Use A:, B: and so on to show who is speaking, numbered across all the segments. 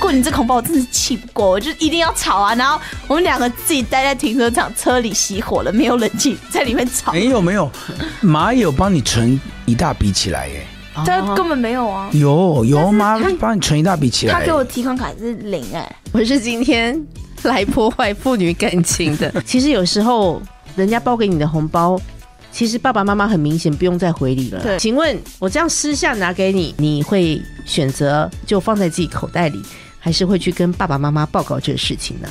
A: 果你这恐怖，我真是气不过，我就一定要吵啊！然后我们两个自己待在停车场，车里熄火了，没有冷气，在里面吵，
B: 没有没有，马有帮你存一大笔起来耶，
C: 哦
A: 他根本没有啊。
B: 有有马帮你存一大笔起来
A: 他
B: 耶，
A: 给我提款卡是零哎、
C: 我是今天来破坏父女感情 的。其实有时候人家包给你的红包，其实爸爸妈妈很明显不用再回礼了。
A: 对
C: 请问我这样私下拿给你，你会选择就放在自己口袋里，还是会去跟爸爸妈妈报告这个事情呢？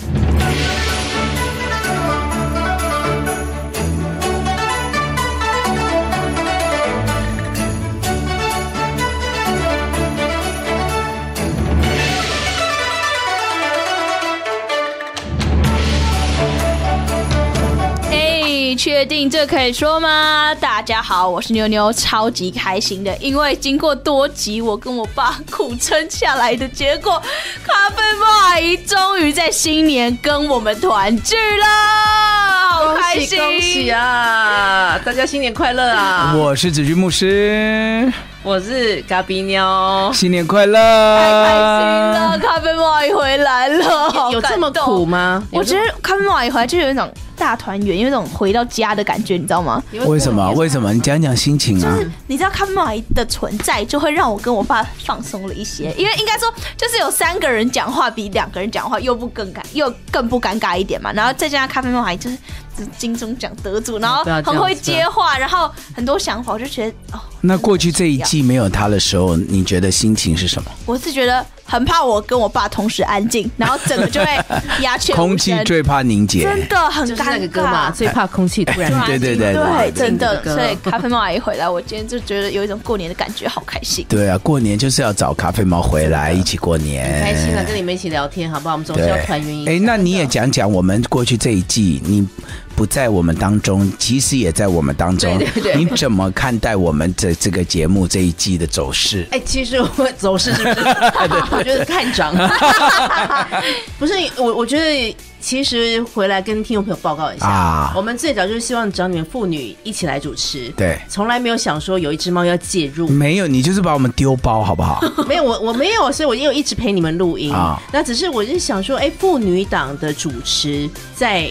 A: 哎，确定这可以说吗？大家好，我是妞妞，超级开心的，因为经过多集我跟我爸苦撑下来的结果，咖啡猫阿姨终于在新年跟我们团聚了，好开心！
C: 啊！ 大家新年快乐啊！
B: 我是子君牧师，
C: 我是嘎比妞。
B: 新年快乐！
A: 太开心了，咖啡猫阿姨回来了，好
C: 呃有这
A: 感
C: 么
A: 动
C: 苦？吗？
A: 我觉得咖啡猫阿姨回来就有一种大团圆，有一种回到家的感觉，你知道吗？
C: 有
B: 为什么？为什么？你讲讲心情
C: 嗯
B: 啊！
A: 你知道看木阿姨的存在，就会让我跟我爸放松了一些，因为应该说就是有三个人讲话比两个人讲话又不更尴又更不尴尬一点嘛，然后再加上咖啡木阿姨就是就是金钟奖得主，然后
C: 不要嗯啊这样
A: 很会
C: 子
A: 接话，然后很多想法，我就觉得哦，
B: 那过去这一季没有他的时候，你觉得心情是什么？
A: 我是觉得很怕我跟我爸同时安静，然后整个就会鸦 雀无
B: 空气
A: 声
B: 最怕凝结，
A: 真的很
C: 就是
A: 尴
C: 那
A: 尬
C: 个歌嘛，最怕空气突然
B: 对对对
A: 对，真的，
C: 歌
A: 所以咖啡猫阿姨回来，我今天就觉得有一种过年的感觉，好开 心。
B: 对啊，过年就是要找咖啡猫回来一起过年，
C: 开心的啊跟你们一起聊天，好不好？我
A: 哦
C: 们总是
B: 哎对
C: 要团圆一下。
B: 哎，那你也讲讲我们过去这一季，你不在我们当中，其实也在我们当中，
C: 对对对
B: 你怎么看待我们这这个节目这一季的走势？
C: 哎、其实我走势是不是？ 我觉得看涨，不是我，我觉得其实回来跟听众朋友报告一下，
B: 啊
C: 我们最早就是希望找你们妇女一起来主持，
B: 对
C: 从来没有想说有一只猫要介入，
B: 没有，你就是把我们丢包好不 好？
C: 没有，我我没有，所以我也有一直陪你们录音。
B: 啊
C: 那只是我是想说，哎，妇女党的主持在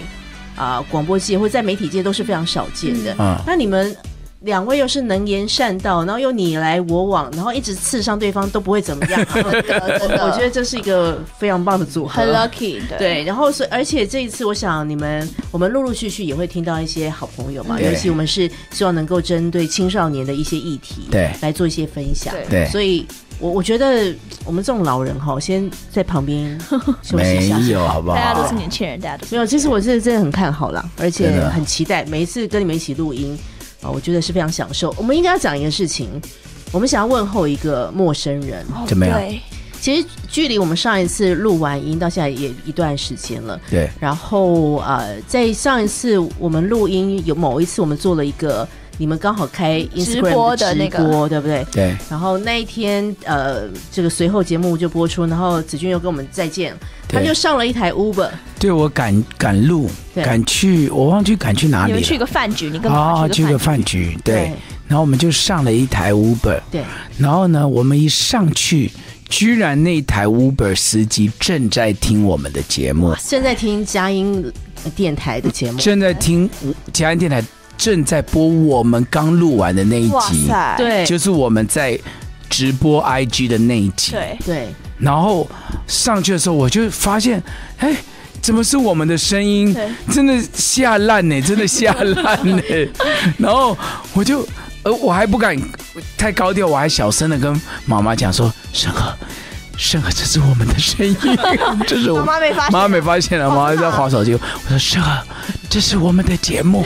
C: 啊、广播界或在媒体界都是非常少见的。
B: 嗯嗯
C: 那你们两位又是能言善道，然后又你来我往，然后一直刺伤对方都不会怎么样，我我觉得这是一个非常棒的组合。
A: 很 lucky，对
C: 对，然后所以而且这一次，我想你们我们陆陆续续也会听到一些好朋友嘛，
B: 对
C: 尤其我们是希望能够针对青少年的一些议题，
B: 对
C: 来做一些分享，
A: 对
B: 对
C: 所以我我觉得我们这种老人哈，先在旁边休息
B: 没
C: 一下。
B: 有，好不
A: 大家都
B: 好
A: 是？年轻人，大家都是
C: 没有，其实我是真的很看好啦，而且
B: 真的
C: 很期待每一次跟你们一起录音啊、我觉得是非常享受。我们应该要讲一个事情，我们想要问候一个陌生人，
B: 怎么样
A: 哦对
C: 其实距离我们上一次录完音到现在也一段时间了。
B: 对，
C: 然后呃，在上一次我们录音有某一次我们做了一个，你们刚好开 Instagram
A: 播的那个
C: 直播，对不对？
B: 对，
C: 然后那一天呃，这个随后节目就播出，然后子君又跟我们再见，
B: 对
C: 他就上了一台 Uber，
B: 对我赶赶路，
C: 对
B: 赶去，我忘记赶去哪
A: 你
B: 里
A: 们去
B: 了。
A: 个饭局，你跟
B: 哦
A: 我，
B: 去
A: 去
B: 个
A: 个饭
B: 饭局，对
C: 对，
B: 然后我们就上了一台 Uber，
C: 对，
B: 然后呢，我们一上去，居然那台 Uber 司机正在听我们的节目，
C: 正在听佳音电台的节目，
B: 正在听嘉音电台正在播我们刚录完的那一
A: 局，哇
B: 集，
A: 塞，哎
C: 对
B: 就是我们在直播 IG 的那一集。
A: 对，
C: 对，
B: 然后上去的时候，我就发现，哎。怎么是我们的声音
A: 对？
B: 真的吓烂呢、真的吓烂 呢、然后我就，呃，我还不敢太高调，我还小声的跟妈妈讲说：“盛和，盛和，这是我们的 声音，这是我
A: 妈妈没发现
B: 妈妈没发现了，
C: 哦
B: 妈妈
C: 啊
B: 在划手机。”我说：“盛和，这是我们的节 目。”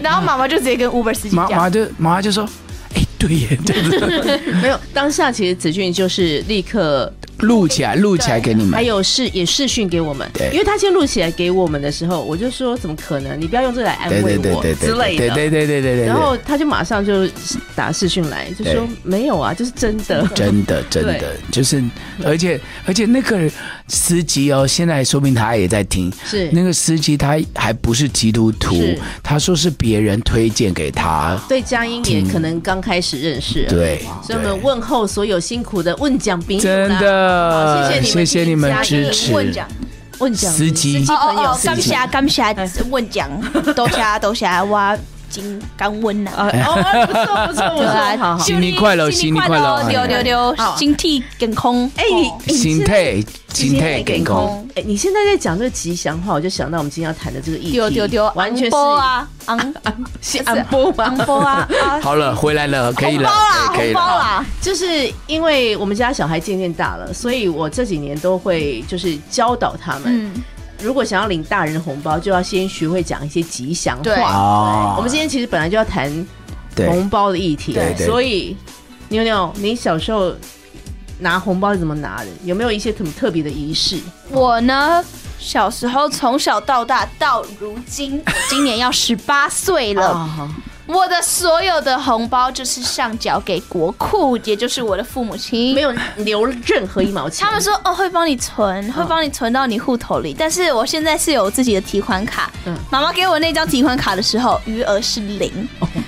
A: 然后妈妈就直接跟 Uber 司机
B: 妈
A: 讲，
B: 妈就妈妈就说：“哎，对耶， 这样子
C: 没有当下其实子俊就是立刻
B: 录起来，录起来给你们
C: 还。有视也视讯给我们，
B: 对
C: 因为他先录起来给我们的时候，我就说怎么可能？你不要用这个来”安
B: 对对
C: 慰
B: 对
C: 我
B: 对对
C: 之类
B: 对
C: 的。
B: 对对对对哎对。
C: 然后他就马上就打视讯来，就说
B: 对
C: 没有啊，就是真的。
B: 真的，真的，就是，而且而且那个司机哦，现在说不定他也在听。
C: 是
B: 那个司机他还不是基督徒
C: 是，
B: 他说是别人推荐给他。
C: 对佳音也可能刚开始认识，，
B: 对，
C: 所以我们问候所有辛苦的问奖兵，
B: 真的
C: 好，谢谢你
B: 谢
C: 们
B: 谢你们
C: 嘉
B: 支
C: 义
B: 持。
A: 问奖，
C: 问奖
B: 司机
A: 哦
C: 朋友
A: 哦哦，感谢 感谢，问奖，多谢多谢，我真感恩呐。
C: 啊，哦，不 错不错不
A: 哎对
C: 错，
A: 啊
C: 好好。
B: 新年快乐
A: 新年快
B: 新年快乐
A: 丢丢丢，
C: 好
A: 身体健康。哦
C: 哎，你你
B: 心
C: 现在
B: 态，心态健康。
C: 哎，你现在在讲这个吉祥话，我就想到我们今天要谈的这个议题，
A: 丢丢丢，
C: 完全
A: 红
C: 是
A: 包啊，昂
C: 是安波
A: 昂
C: 吗？
A: 波 啊啊，
B: 好了，回来了，可以
A: 红
B: 了哎
A: 包啦，，
B: 可
A: 红
B: 以了。
A: 包啊啦，
C: 就是因为我们家小孩渐渐大了，所以我这几年都会就是教导他们，
A: 嗯，
C: 如果想要领大人的红包，就要先学会讲一些吉祥
A: 对
C: 话。
B: 哦，
C: 我们今天其实本来就要谈
B: 对
C: 红包的议题
B: 对，对
C: 所以妞妞，你小时候拿红包是怎么拿的？有没有一些很特别的仪式？
A: 我呢，小时候从小到大到如 今，今年要十八岁了，
C: 啊，
A: 我的所有的红包就是上缴给国库，也就是我的父母亲
C: 没。有留任何一毛钱。
A: 他们说哦，会帮你存，会帮你存到你户头里。但是我现在是有自己的提款卡，
C: 嗯
A: 妈妈给我那张提款卡的时候，余额是零，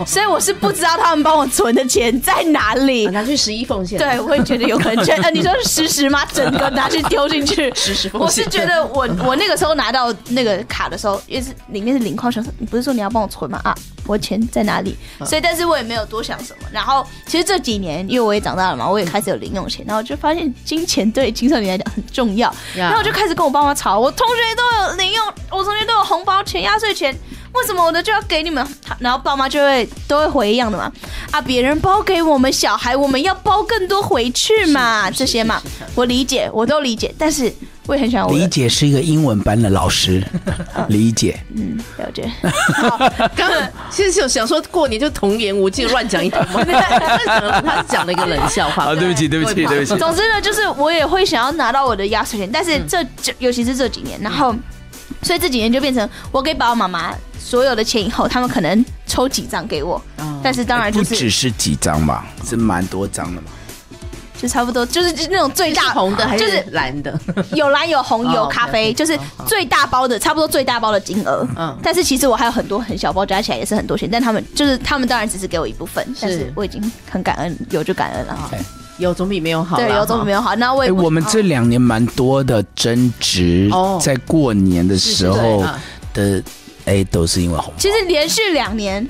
A: 所以我是不知道他们帮我存的钱在哪里
C: 啊。拿去十一奉献，
A: 对，，我会觉得有可能全，呃，你说是实时吗？整个拿去丢进去，
C: 实时奉献
A: 我是觉得我我那个时候拿到那个卡的时候，因为是里面是零块，想说你不是说你要帮我存吗？啊，我钱在哪里？
C: 嗯
A: 所以，但是我也没有多想什么。然后，其实这几年因为我也长大了嘛，我也开始有零用钱，然后我就发现金钱对青少年来讲很重要。
C: 呀
A: 然后我就开始跟我爸妈吵，我同学都有零用，我同学都有红包钱、压岁钱，为什么我的就要给你们？然后爸妈就会都会回一样的嘛，啊，别人包给我们小孩，我们要包更多回去嘛，
C: 是是
A: 这些嘛
C: 是是是，
A: 我理解，我都理解，但是我也很喜欢我
B: 理
A: 的
B: 解是一个英文班的 老师，理解。
A: 了解，
C: 刚刚其实就想说过年就童言无忌，乱讲一通 嘛。他是讲了一个冷笑话
B: 好，，哦啊对不起，对不起，对不起。
A: 总之呢，就是我也会想要拿到我的压岁钱，但是
C: 嗯
A: 这、就尤其是这几年，然后所以这几年就变成我给爸爸妈妈所有的钱以后，他们可能抽几张给我，
C: 哦
A: 但是当然就
B: 哎不只
A: 是
B: 是几张吧，是蛮多张的嘛。
A: 就差不多就是就是那种最
C: 是
A: 大啊
C: 红的还
A: 就是是
C: 蓝的？
A: 有蓝有红
C: 哦
A: 有咖啡，
C: 了解
A: 就是最大包的，差不多最大包的金额。
C: 嗯
A: 但是其实我还有很多很小包，加起来也是很多钱，但他们就是他们当然只是给我一部分，但是我已经很感恩，有就感恩了。
C: 有总比没有好啦。
A: 对，有总没
C: 有。
A: 有好，那我
B: 哎、
A: 也不
B: 我们这两年蛮多的争执，
C: 哦
B: 在过年的时候
C: 是是是啊
B: 的，哎、都是因为红包。
A: 其实连续两年。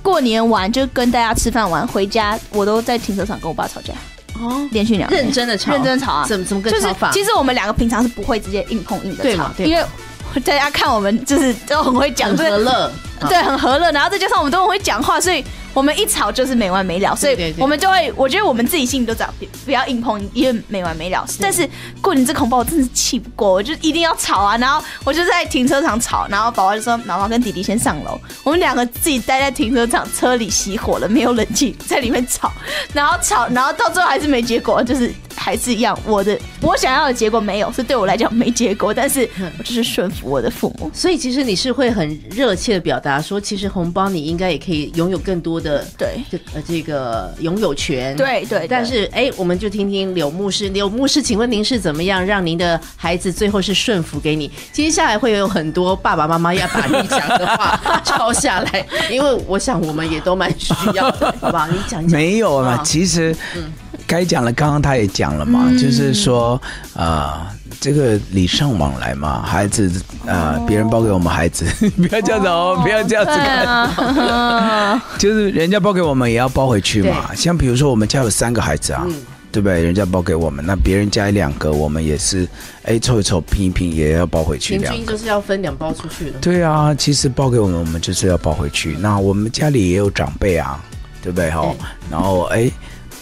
A: 过年完就跟大家吃饭完，回家我都在停车场跟我爸吵架，
C: 哦，
A: 连续两年
C: 认真的吵，
A: 认真吵啊，
C: 怎么怎么个
A: 就是
C: 吵法？
A: 其实我们两个平常是不会直接硬碰硬的
C: 对
A: 吵
C: 嘛，对嘛
A: 因为大家看我 们就是都很会讲
C: 很
A: 这个
C: 和乐，啊
A: 对，很和乐，然后再加上我们都很会讲话，所以我们一吵就是没完没了，所
C: 对
A: 以
C: 对对
A: 我们就会，我觉得我们自己心里都知道，不不要硬碰，因为没完没了。但是过年这恐怕我真是气不过，我就一定要吵啊！然后我就在停车场吵，然后宝宝就说：“妈妈跟弟弟先上楼。”我们两个自己待在停车场，车里熄火了，没有冷气，在里面 吵，然后吵，然后到最后还是没结果，就是还是一样，我的我想要的结果没有，是对我来讲没结果，但是我就是顺服我的父母。
C: 所以其实你是会很热切的表达说，其实红包你应该也可以拥有更多的
A: 对
C: 这呃这个拥有权。
A: 对对，对
C: 但是哎，我们就听听柳牧师，柳牧师，请问您是怎么样让您的孩子最后是顺服给你？接下来会有很多爸爸妈妈要把你讲的话 抄下来，因为我想我们也都蛮需要 的，好不好？你讲一讲。
B: 没有啊
C: 啊，
B: 其实该讲的刚刚他也讲了嘛，就是说呃，这个礼尚往来嘛，孩子呃，别人包给我们孩子， 不要这样子哦，不要这样子
A: 对
B: 看，
A: 啊，
B: 就是人家包给我们也要包回去嘛。像比如说我们家有三个孩子啊。对不对？人家包给我们，那别人家两个，我们也是，哎，凑一凑，拼一拼，也要包回去
C: 平
B: 两
C: 均
B: 个。
C: 就是要分两包出去的，
B: 对啊，其实包给我们，我们就是要包回去。那我们家里也有长辈啊，对不对哈、然后哎，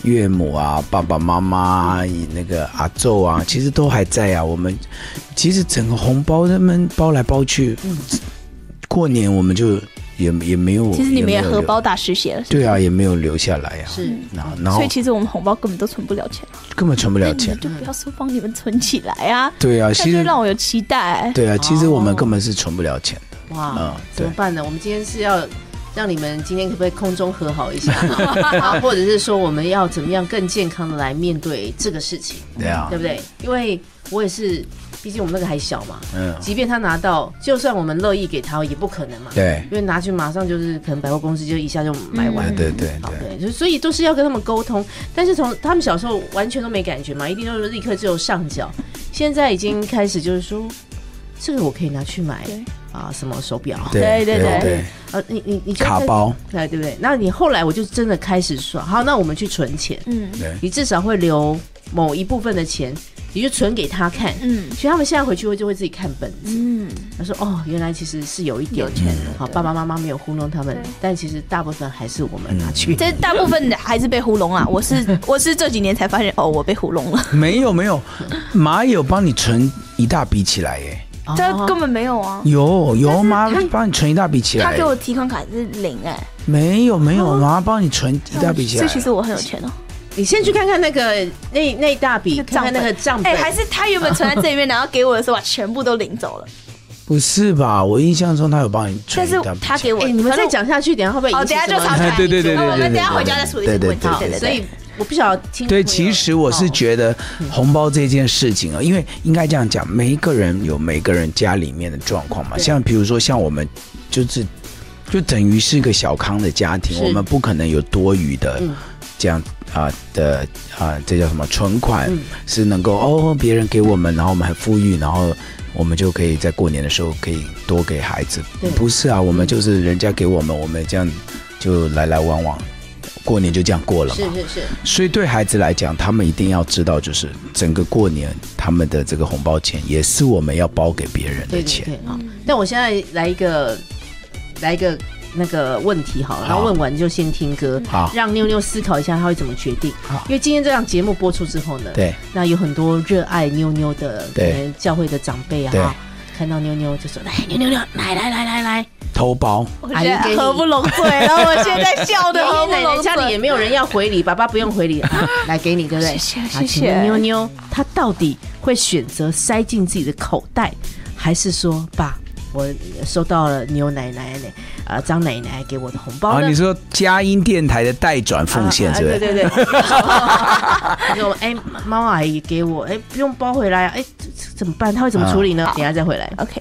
B: 岳母啊、爸爸妈妈啊、那个阿昼啊，
A: 嗯
B: 其实都还在啊。我们其实整个红包他们包来包去，
A: 嗯
B: 过年我们就也也没有，
A: 其实你们也
B: 没有
A: 荷
B: 留
A: 包大失血了，
B: 对啊，也没有留下来啊。
C: 是
B: 然后，然后
A: 所以其实我们红包根本都存不了钱，
B: 根本存不了钱。
A: 就不要说帮你们存起来啊，
B: 对啊，
A: 这样
B: 其
A: 就
B: 实
A: 让我有期待。
B: 对啊，其实我
C: 哦
B: 们根本是存不了钱的。
C: 哇
B: 嗯，
C: 怎么
B: 对
C: 办呢？我们今天是要让你们今天可不可以空中和好 一下？啊，或者是说我们要怎么样更健康的来面对这个事情，
B: 对啊
C: 对，不对？因为我也是，毕竟我们那个还小嘛，
B: 嗯，
C: 即便他拿到，就算我们乐意给他，也不可能嘛。
B: 对
C: 因为拿去马上就是可能百货公司就一下就买完
B: 对
C: 了。
B: 对对
C: 好
B: 对，
C: 对，就所以都是要跟他们沟通，但是从他们小时候完全都没感觉嘛，一定都是立刻只有上缴，现在已经开始就是说，这个我可以拿去买
A: 对
C: 啊什么手表，
A: 对对对
B: 对，
C: 啊你你你就
B: 卡
C: 在，
B: 包，
C: 哎对不对？那你后来我就真的开始说，好，那我们去存钱，
A: 嗯
B: 对
C: 你至少会留某一部分的钱，你就存给他看。
A: 嗯
C: 其实他们现在回去会就会自己看本子，
A: 嗯，
C: 他说哦，原来其实是有一点
A: 有钱的
C: 好，爸爸妈妈没有糊弄他们
A: 对，嗯
C: 但其实大部分还是我们拿去。
A: 这大部分的还是被糊弄啊。我是 我是这几年才发现，哦，我被糊弄了，
B: 没有没有，马有帮你存一大笔起来耶，
C: 哦
A: 他根本没有啊。
B: 有有马
A: 他
B: 帮你存一大笔起来
A: 他
B: 耶，
A: 给我提款卡是零哎、
B: 没有没有，马帮你存一大笔起
A: 所
B: 来
A: 以，其实我很有钱哦、
C: 你先去看看那个那那一大笔，
A: 那
C: 看看那个账
A: 哎、
C: 本，
A: 还是他原本存在这里面，然后给我的时候把全部都领走 了。
B: 不是吧？我印象中他有帮你
A: 但
B: 存
A: 是
B: 一大笔起
A: 他
B: 来，
A: 给我，
C: 哎、你们
A: 反
C: 再
A: 正
C: 讲下去，等一下会不会
A: 哦，等
C: 引起
A: 一下
C: 什
A: 就
C: 么
A: 吵起来。
B: 对对对
A: 那我
B: 对
A: 们等
B: 对
A: 一下
B: 对
A: 回家
B: 对
A: 再处理这个
B: 对
A: 问题。
C: 好
A: 对对，
C: 所以我不晓得听哦
B: 对，
C: 朋友嗯
B: 其实我是觉得红包这件事情啊，因为应该这样讲，每一个人有每个人家里面的状况嘛。
C: 对
B: 像比如说，像我们就是就等于是一个小康的家庭，
C: 是
B: 我们不可能有多余的
C: 嗯
B: 这样啊、的啊、这叫什么存款、
C: 嗯
B: 是能够哦别人给我们，然后我们还富裕，然后。我们就可以在过年的时候可以多给孩子
C: 对，嗯
B: 不是啊？我们就是人家给我们，我们这样就来来往往，过年就这样过了嘛。
C: 是是是，
B: 所以对孩子来讲，他们一定要知道，就是整个过年他们的这个红包钱也是我们要包给别人的
C: 对
B: 钱
C: 对。对啊。
A: 嗯
C: 但我现在来一个来一个那个问题好了，然后问完就先听歌，
B: 好
C: 让妞妞思考一下她会怎么决定
B: 好。
C: 因为今天这档节目播出之后呢，
B: 对
C: 那有很多热爱妞妞的可
B: 对
C: 能教会的长辈
B: 对
C: 啊，看到妞妞就说来妞妞妞来来来来来。
B: 偷包，
A: 我
C: 阿姨
A: 现
C: 给
A: 在
C: 你
A: 合不拢嘴 了，我现在笑的
C: 爷
A: 合
C: 爷
A: 不
C: 奶
A: 拢嘴
C: 奶家。里也没有人要回 礼，爸爸不用回礼， 啊来给你，对不
A: 谢
C: 对？
A: 谢
C: 啊
A: 谢
C: 请
A: 谢
C: 问妞妞她到底会选择塞进自己的口袋，还是说爸？我收到了牛奶奶奶，呃，张奶奶给我的红包
B: 啊，
C: 呢。
B: 你说佳音电台的代转奉献是不
C: 啊
B: 是？
C: 对对 对。有哎，妈妈阿姨给我，哎，不用包回来啊，哎，这这怎么办？她会
B: 啊
C: 怎么处理呢？等一下再回来。
A: OK，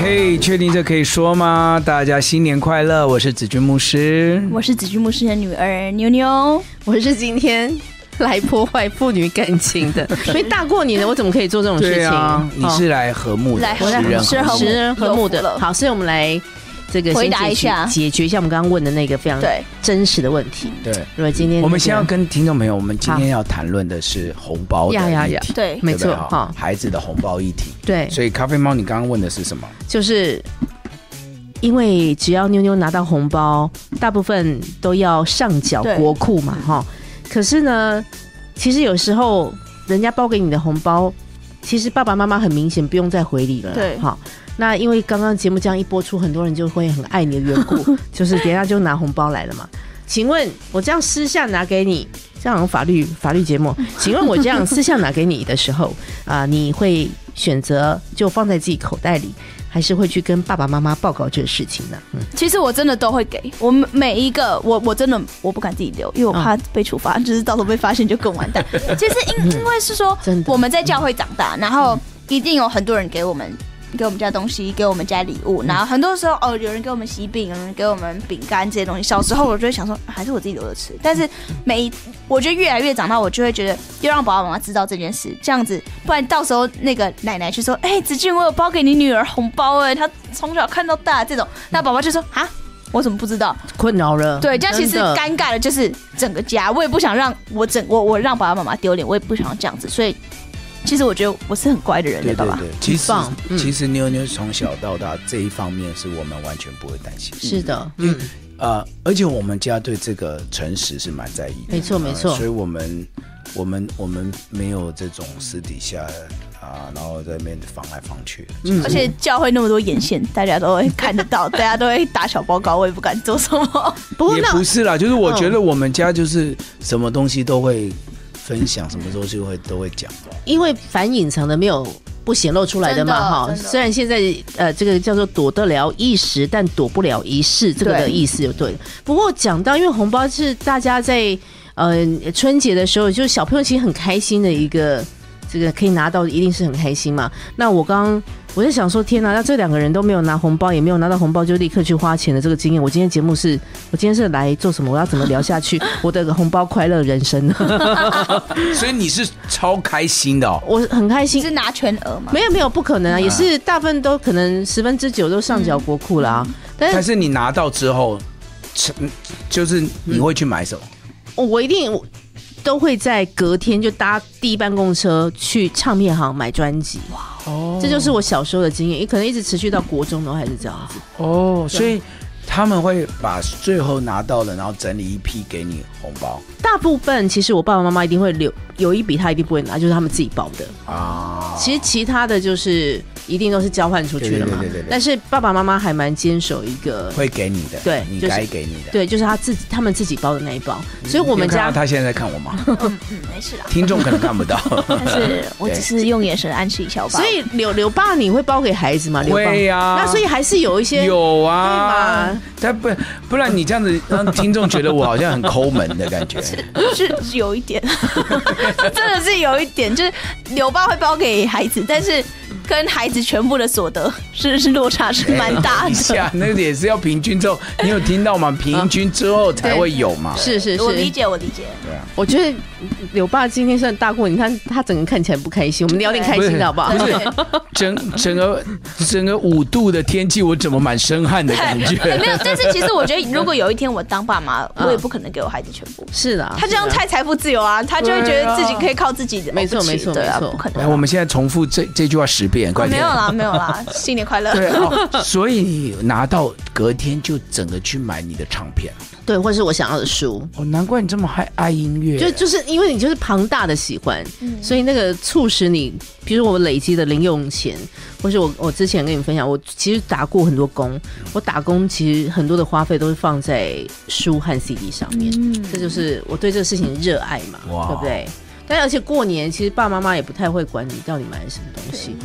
B: 嘿，确定这可以说吗？大家新年快乐！我是子君牧师。
A: 我是子君牧师的女儿妞妞。
C: 我是今天来破坏父女感情 的，因为大过年的，我怎么可以做这种事
B: 对
C: 情？
B: 啊，你
C: 哦
B: 是来和睦的
A: 来，
C: 我
A: 和
C: 在
A: 睦
B: 人
A: 是和睦
C: 嗯十人和
A: 有
C: 睦
A: 福
C: 的。
A: 了
C: 好，所以我们来这个先
A: 回答
C: 解
A: 一下
C: 决解决一下我们刚刚问的那个非常
A: 对，
C: 真实的问题。
B: 对，
C: 如果今天
B: 我们
C: 这
B: 先
C: 个
B: 要跟听众朋友，我们今天要谈论的是红包
C: 呀呀
B: 的议
C: 呀
B: 题，
A: 对，
C: 没
B: 对不对
C: 错
B: 哈
C: 哈，
B: 孩子的红包议题。
C: 对，
B: 所以咖啡猫，你刚刚问的是什么？
C: 就是因为只要妞妞拿到红包，大部分都要上缴
A: 对
C: 国库嘛，哈。可是呢，其实有时候人家包给你的红包，其实爸爸妈妈很明显不用再回礼了啦，
A: 对
C: 哈。那因为刚刚节目这样一播出，很多人就会很爱你的缘 故，就是等一下就拿红包来了嘛。请问我这样私下拿给你，这样好像法律法律节 目，请问我这样私下拿给你的时候啊、你会选择就放在自己口袋里，还是会去跟爸爸妈妈报告这个事情呢？嗯，
A: 其实我真的都会给我每每一个，我我真的我不敢自己留，因为我
C: 嗯
A: 怕被处罚，就是到时候被发现就更完 蛋。其实因因为是说
C: 真的嗯
A: 我们在教会长大，然后一定有很多人给我们。给我们家东西，给我们家礼
C: 嗯
A: 物，然后很多时候哦，有人给我们喜饼，有人给我们饼干这些东西。小时候我就会想说，啊还是我自己留着吃。但是每一我觉得越来越长大，我就会觉得要让爸爸妈妈知道这件事，这样子，不然到时候那个奶奶就说：“哎、子俊，我有包给你女儿红包哎、她从小看到大这种。”
C: 嗯
A: 那爸爸就说：“啊，我怎么不知道
C: 困扰了。？”
A: 对，这样其实
C: 真的
A: 尴尬的就是整个家，我也不想让我整我我让爸爸妈妈丢脸，我也不想这样子，所以其实我觉得我是很乖的人的，爸爸。
B: 其实
C: 棒嗯
B: 其实妞妞从小到大这一方面是我们完全不会担心。
C: 是的，嗯，
B: 呃，而且我们家对这个诚实是蛮在意的，
C: 没错没错
B: 呃所以我们我们我们没有这种私底下啊，然后在那边防来防去的。
C: 嗯
A: 而且教会那么多眼线，大家都会看得 到，大家都会打小报告，我也不敢做什么。
C: 不过
B: 也
C: 那嗯
B: 不是啦，就是我觉得我们家就是什
C: 嗯
B: 么东西都会分享，什么东西会都会讲。
C: 因为反隐藏的没有不显露出来的嘛
A: 真的
C: 哈。
A: 真的
C: 虽然现在呃这个叫做躲得了一时，但躲不了一世，这个的
A: 对
C: 意思就对。不过讲到因为红包是大家在呃春节的时候，就是小朋友其实很开心的一个。这个可以拿到，一定是很开心嘛。那我刚刚我在想说，天哪，那这两个人都没有拿红包，也没有拿到红包就立刻去花钱的这个经验，我今天节目是，我今天是来做什么？我要怎么聊下去？ 我的红包快乐人生呢？
B: 所以你是超开心的哦。
C: 我很开
A: 你
C: 心
A: 是，拿全额 吗？
C: 没有没有，不可能啊，
B: 嗯
C: 也是大部分都可能十分之九都上缴国库了啊。但
B: 嗯但
C: 是
B: 是你拿到之后，是就是你会去买什么？
C: 我一定都会在隔天就搭第一班公车去唱片行买专辑，
B: 哦
C: 这就是我小时候的经验，也可能一直持续到国中都还是这样子。
B: 哦，所以他们会把最后拿到的，然后整理一批给你红包
C: 大部分其实我爸爸妈妈一定会留有一笔，他一定不会拿，就是他们自己包的。
B: 啊。
C: 其实其他的就是一定都是交换出去的嘛。
B: 对对对对对
C: 但是爸爸妈妈还蛮坚守一个，
B: 会给你的，
C: 对
B: 你
C: 就是
B: 该给你的。
C: 对，就是他自己他们自己包的那一包。所以我们
B: 嗯你有看
C: 家
B: 到他现在在看我吗？
A: 嗯，没事啦。
B: 听众可能看不到，
A: 但是我只是用眼神暗示一下我爸。
C: 所以刘刘爸你会包给孩子吗？刘爸
B: 会啊
C: 那所以还是有一 些
B: 有
C: 对
B: 啊
C: 嘛，
B: 他不不然你这样子让听众觉得我好像很抠门的感觉。
A: 是是有一点， 真的是有一点，就是刘爸会包给孩子，但是跟孩子全部的所得是是落差是蛮大
B: 哎 一
A: 的。
B: 下那个也是要平均之后，你有听到吗？平均之后才会有嘛。
C: 是是
A: 我理
C: 是，
A: 解，我理解。
C: 我觉得刘爸今天算大过你，看他整个看起来不开心，我们聊点开心的好不好
B: 不？是
A: 对
B: 整整个整个五度的天气，我怎么满身汗的感
A: 对， 哎没
B: 觉？
A: 有。但是其实我觉得，如果有一天我当爸妈，
C: 嗯
A: 我也不可能给我孩子全部。
C: 是的，
A: 他这样
C: 是的
A: 太财富自由啊，他就会觉得自己可以靠自己的。
C: 没错
A: 了不起
C: 没错
A: 对啊，
C: 没错
A: 不可能
B: 来，
A: 啊。
B: 我们现在重复这这句话十遍，快
A: 哦没
B: 点
A: 有。 啦，没有啦，新年快乐。
B: 对
C: 啊
B: 哦，所以你拿到隔天就整个去买你的唱片
C: 对，或是我想要的书，
B: 哦，难怪你这么爱爱音乐，
C: 就就是因为你就是庞大的喜欢，所以那个促使你，比如我累积的零用钱，或是我我之前跟你分享，我其实打过很多工，我打工其实很多的花费都是放在书和 CD 上面，这就是我对这个事情热爱嘛，
B: 哇
C: 对不对？但而且过年其实爸妈妈也不太会管你到底买了什么东西，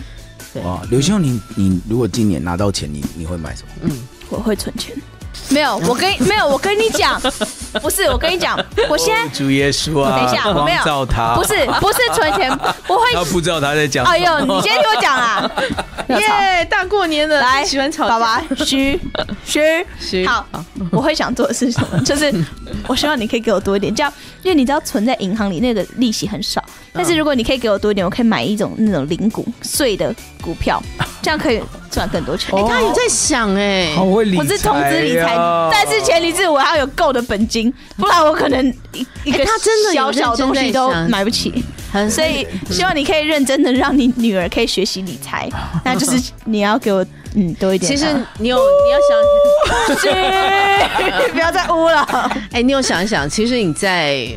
B: 哦，刘兄，你你如果今年拿到钱，你你会买什么？
A: 我会存钱。没有，我跟没有，我跟你讲，不是，我跟你讲，我现 在
B: 主耶稣啊
A: 等一下，我没有，不是不是存钱，我会。
B: 不知道他在讲
A: 哎呦，你先听我讲 啊！
C: 耶、
A: 耶，
C: 大过年的
A: 来，
C: 喜欢吵
A: 爸
C: 架，
A: 爸，嘘嘘
C: 嘘
A: 好，我会想做的事情 就是，我希望你可以给我多一点，这样，因为你知道存在银行里那个利息很
C: 嗯
A: 少，但是如果你可以给我多一点，我可以买一种那种零股碎的股票，这样可以赚更多钱。
C: 哎、他有在想哎、
B: 好会理财、
A: 我是投资理
B: 哎
A: 财，但是前提是我要有够的本金，不然我可能一一个
C: 哎他真的有
A: 小小
C: 认
A: 东
C: 真在
A: 西都
C: 想
A: 买不起。
C: 很
A: 所以希望你可以认真的让你女儿可以学习理 财，那就是你要给我嗯多一点
C: 其
A: 啊。
C: 实你有你要想。
A: 嘘 不要再污了。
C: 哎、你有想一想，其实你在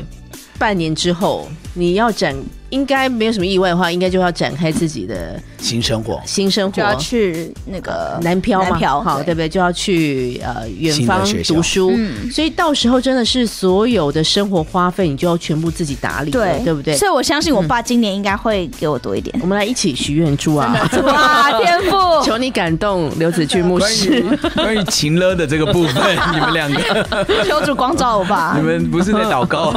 C: 半年之后，你要展，应该没有什么意外的话，应该就要展开自己的
B: 新生活，
C: 新生
A: 就要
C: 活。
A: 去那个
C: 南漂嘛，
A: 南漂
C: 好，对
A: 对嗯
C: 不对？就要去呃远
B: 新的
C: 方
B: 学校
C: 读书，所以到时候真的是所有的生活花费，你就要全部自己打理了，对不对？
A: 所以我相信我爸今年应该会给我多一点。
C: 我们来一起许愿祝啊！
A: 哇，天 赋！
C: 求你感动刘子俊牧
B: 关
C: 师。
B: 于关于情勒的这个部 分，你们两个，
A: 求主光照我吧
B: 你，们不是在祷告？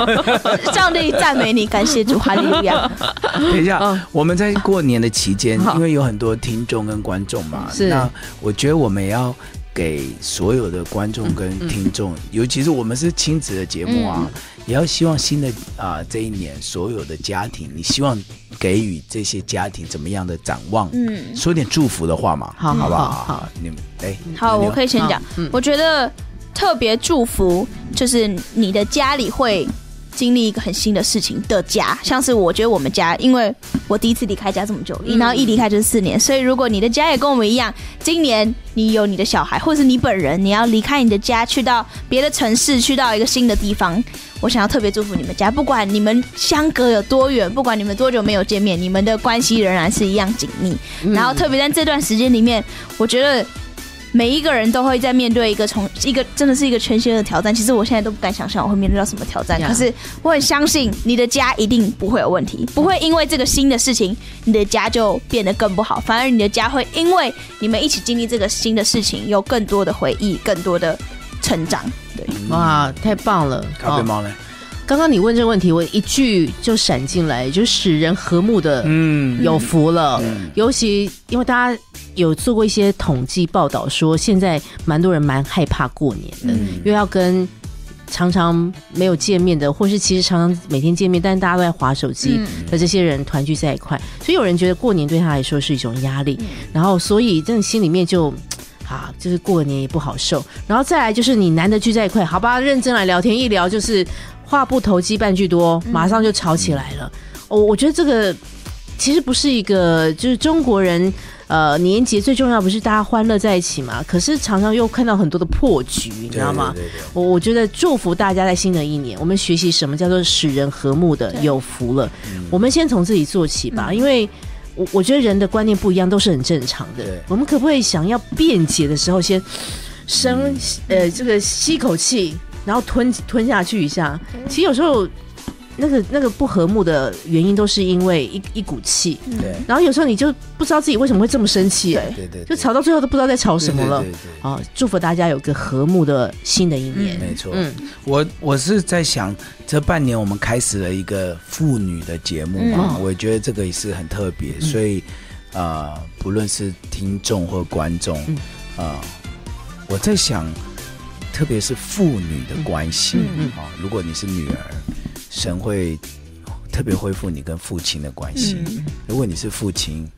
A: 上帝赞美你，感谢主，哈利路亚。
B: 等一下，我们在过年的期间，
C: 嗯好
B: 因为有很多听众跟观众嘛，
C: 是
B: 那我觉得我们也要给所有的观众
C: 嗯
B: 跟听众，尤其是我们是亲子的节目啊，也要希望新的啊、这一年所有的家庭，你希望给予这些家庭怎么样的展望？
A: 嗯
B: 说点祝福的话嘛，
C: 好
B: 好不
C: 好
B: 好？
C: 好
B: 你们哎，
A: 好，我可
B: 以
A: 以先讲
C: 嗯好嗯。
A: 我觉得特别祝福，就是你的家里会经历一个很新的事情的家，像是我觉得我们家，因为我第一次离开家这么久，
C: 嗯
A: 然后一离开就是四年，所以如果你的家也跟我们一样，今年你有你的小孩，或是你本人，你要离开你的家，去到别的城市，去到一个新的地方。我想要特别祝福你们家，不管你们相隔有多远，不管你们多久没有见面，你们的关系仍然是一样紧密。然后特别在这段时间里面，我觉得每一个人都会在面对一个从一个真的是一个全新的挑战。其实我现在都不敢想象我会面对到什么挑战
C: Yeah
A: 可是我很相信你的家一定不会有问题，不会因为这个新的事情，你的家就变得更不好，反而你的家会因为你们一起经历这个新的事情，有更多的回忆，更多的成长。对，
C: 哇，太棒了！
B: 咖啡
C: 哦
B: 猫呢？
C: 刚刚你问这个问题，我一句就闪进来，就使人和睦的
B: 嗯，
C: 有福了。尤其因为大家有做过一些统计报道，说现在蛮多人蛮害怕过年
B: 嗯
C: 的，因为要跟常常没有见面的，或是其实常常每天见面，但是大家都在划手机
A: 嗯
C: 的这些人团聚在一块，所以有人觉得过年对他来说是一种压力，然后所以真的心里面就。啊，就是过年也不好受，然后再来就是你难得聚在一块，好吧，认真来聊天，一聊就是话不投机半句多，马上就吵起来了。哦，我觉得这个其实不是一个，就是中国人，呃，年节最重要不是大家欢乐在一起嘛？可是常常又看到很多的破局，你知道吗？
B: 对？对对对
C: 我我觉得祝福大家在新的一年，我们学习什么叫做使人和睦的有福了。
B: 嗯
C: 我们先从自己做起吧，因为我我觉得人的观念不一样都是很正常的
B: 对。
C: 我们可不可以想要辩解的时候先
B: 嗯
C: 深、呃这个吸口气，然后吞吞下去一下？其实有时候那个那个不和睦的原因都是因为一一股气，
B: 对
C: 然后有时候你就不知道自己为什么会这么生气，哎
B: 对对，
C: 就吵到最后都不知道在吵什么了。
B: 对对对对
C: 啊，祝福大家有个和睦的新的一年。
B: 没错，
C: 嗯
B: 我我是在想，这半年我们开始了一个妇女的节目嘛，
C: 嗯
B: 我觉得这个也是很特别，所以呃，不论是听众或观众，
C: 嗯
B: 啊、我在想，特别是父女的关系啊、
C: 嗯
B: 如果你是女儿，神会特别恢复你跟父亲的关系；
C: 嗯
B: 如果你是父亲，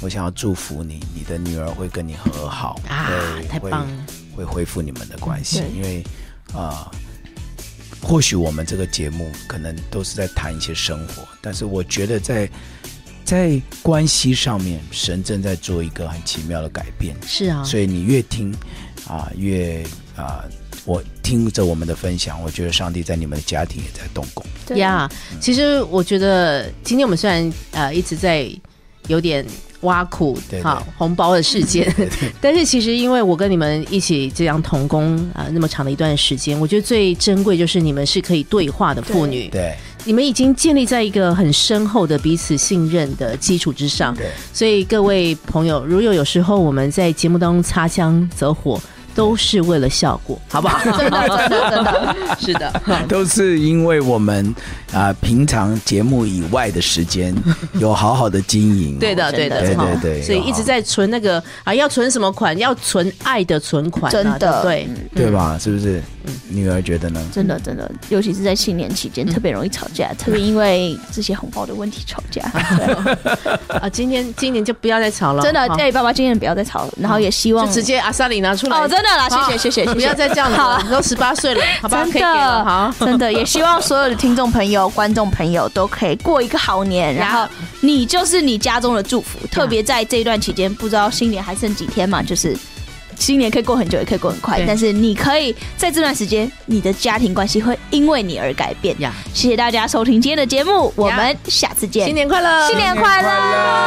B: 我想要祝福你，你的女儿会跟你和好
C: 啊
B: 会
C: 太
B: 会
C: 棒了
B: 会恢复你们的关系
A: 对，
B: 因为啊、或许我们这个节目可能都是在谈一些生活，但是我觉得在在关系上面，神正在做一个很奇妙的改变，
C: 是啊，
B: 所以你越听啊、越啊、我听着我们的分享，我觉得上帝在你们的家庭也在动工，
A: 对
C: 呀
B: 嗯
C: 其实我觉得今天我们虽然呃一直在有点挖苦
B: 对对
C: 好红包的事件， 但是其实因为我跟你们一起这样同工啊、呃那么长的一段时间，我觉得最珍贵就是你们是可以对话的妇女，
B: 对
C: 你们已经建立在一个很深厚的彼此信任的基础之上。
B: 对
C: 所以各位朋友，如有有时候我们在节目当中擦枪走火，都是为了效果，好不好？ 真的，真的，真的， 是的，
B: 都是因为我们啊、平常节目以外的时 间有好好的经营，
C: 对
A: 哦
C: 的，对的，
B: 对
C: 好
B: 对对，
C: 所以一直在存那个啊，要存什么款？要存爱的存款
A: 真
C: 啊，对不
A: 的嗯
C: 对，
B: 对吧？是不是？
C: 嗯
B: 女儿觉得呢？
A: 真的真的，尤其是在新年期间，特别容易吵架，特别因为这些红包的问题吵架。对
C: 啊，今年今年就不要再吵了，
A: 真的，
C: 好
A: 哎，爸爸今天不要再吵了，然后也希望
C: 就直接阿萨里拿出来
A: 哦，真的啦，
C: 好
A: 谢谢谢谢谢谢，
C: 不要再这样
A: 好
C: 了，你都十八岁了，好吧，可
A: 真
C: 以给了，
A: 的
C: 好，，
A: 真的也希望所有的听众朋友、观众朋友都可以过一个好年，然后你就是你家中的祝福。特别在这一段期间，不知道新年还剩几天嘛，就是新年可以过很久，也可以过很快
C: 对，
A: 但是你可以在这段时间，你的家庭关系会因为你而改变。
C: 呀，
A: 谢谢大家收听今天的节目，我们下次见，
C: 新年快乐，
A: 新年快乐。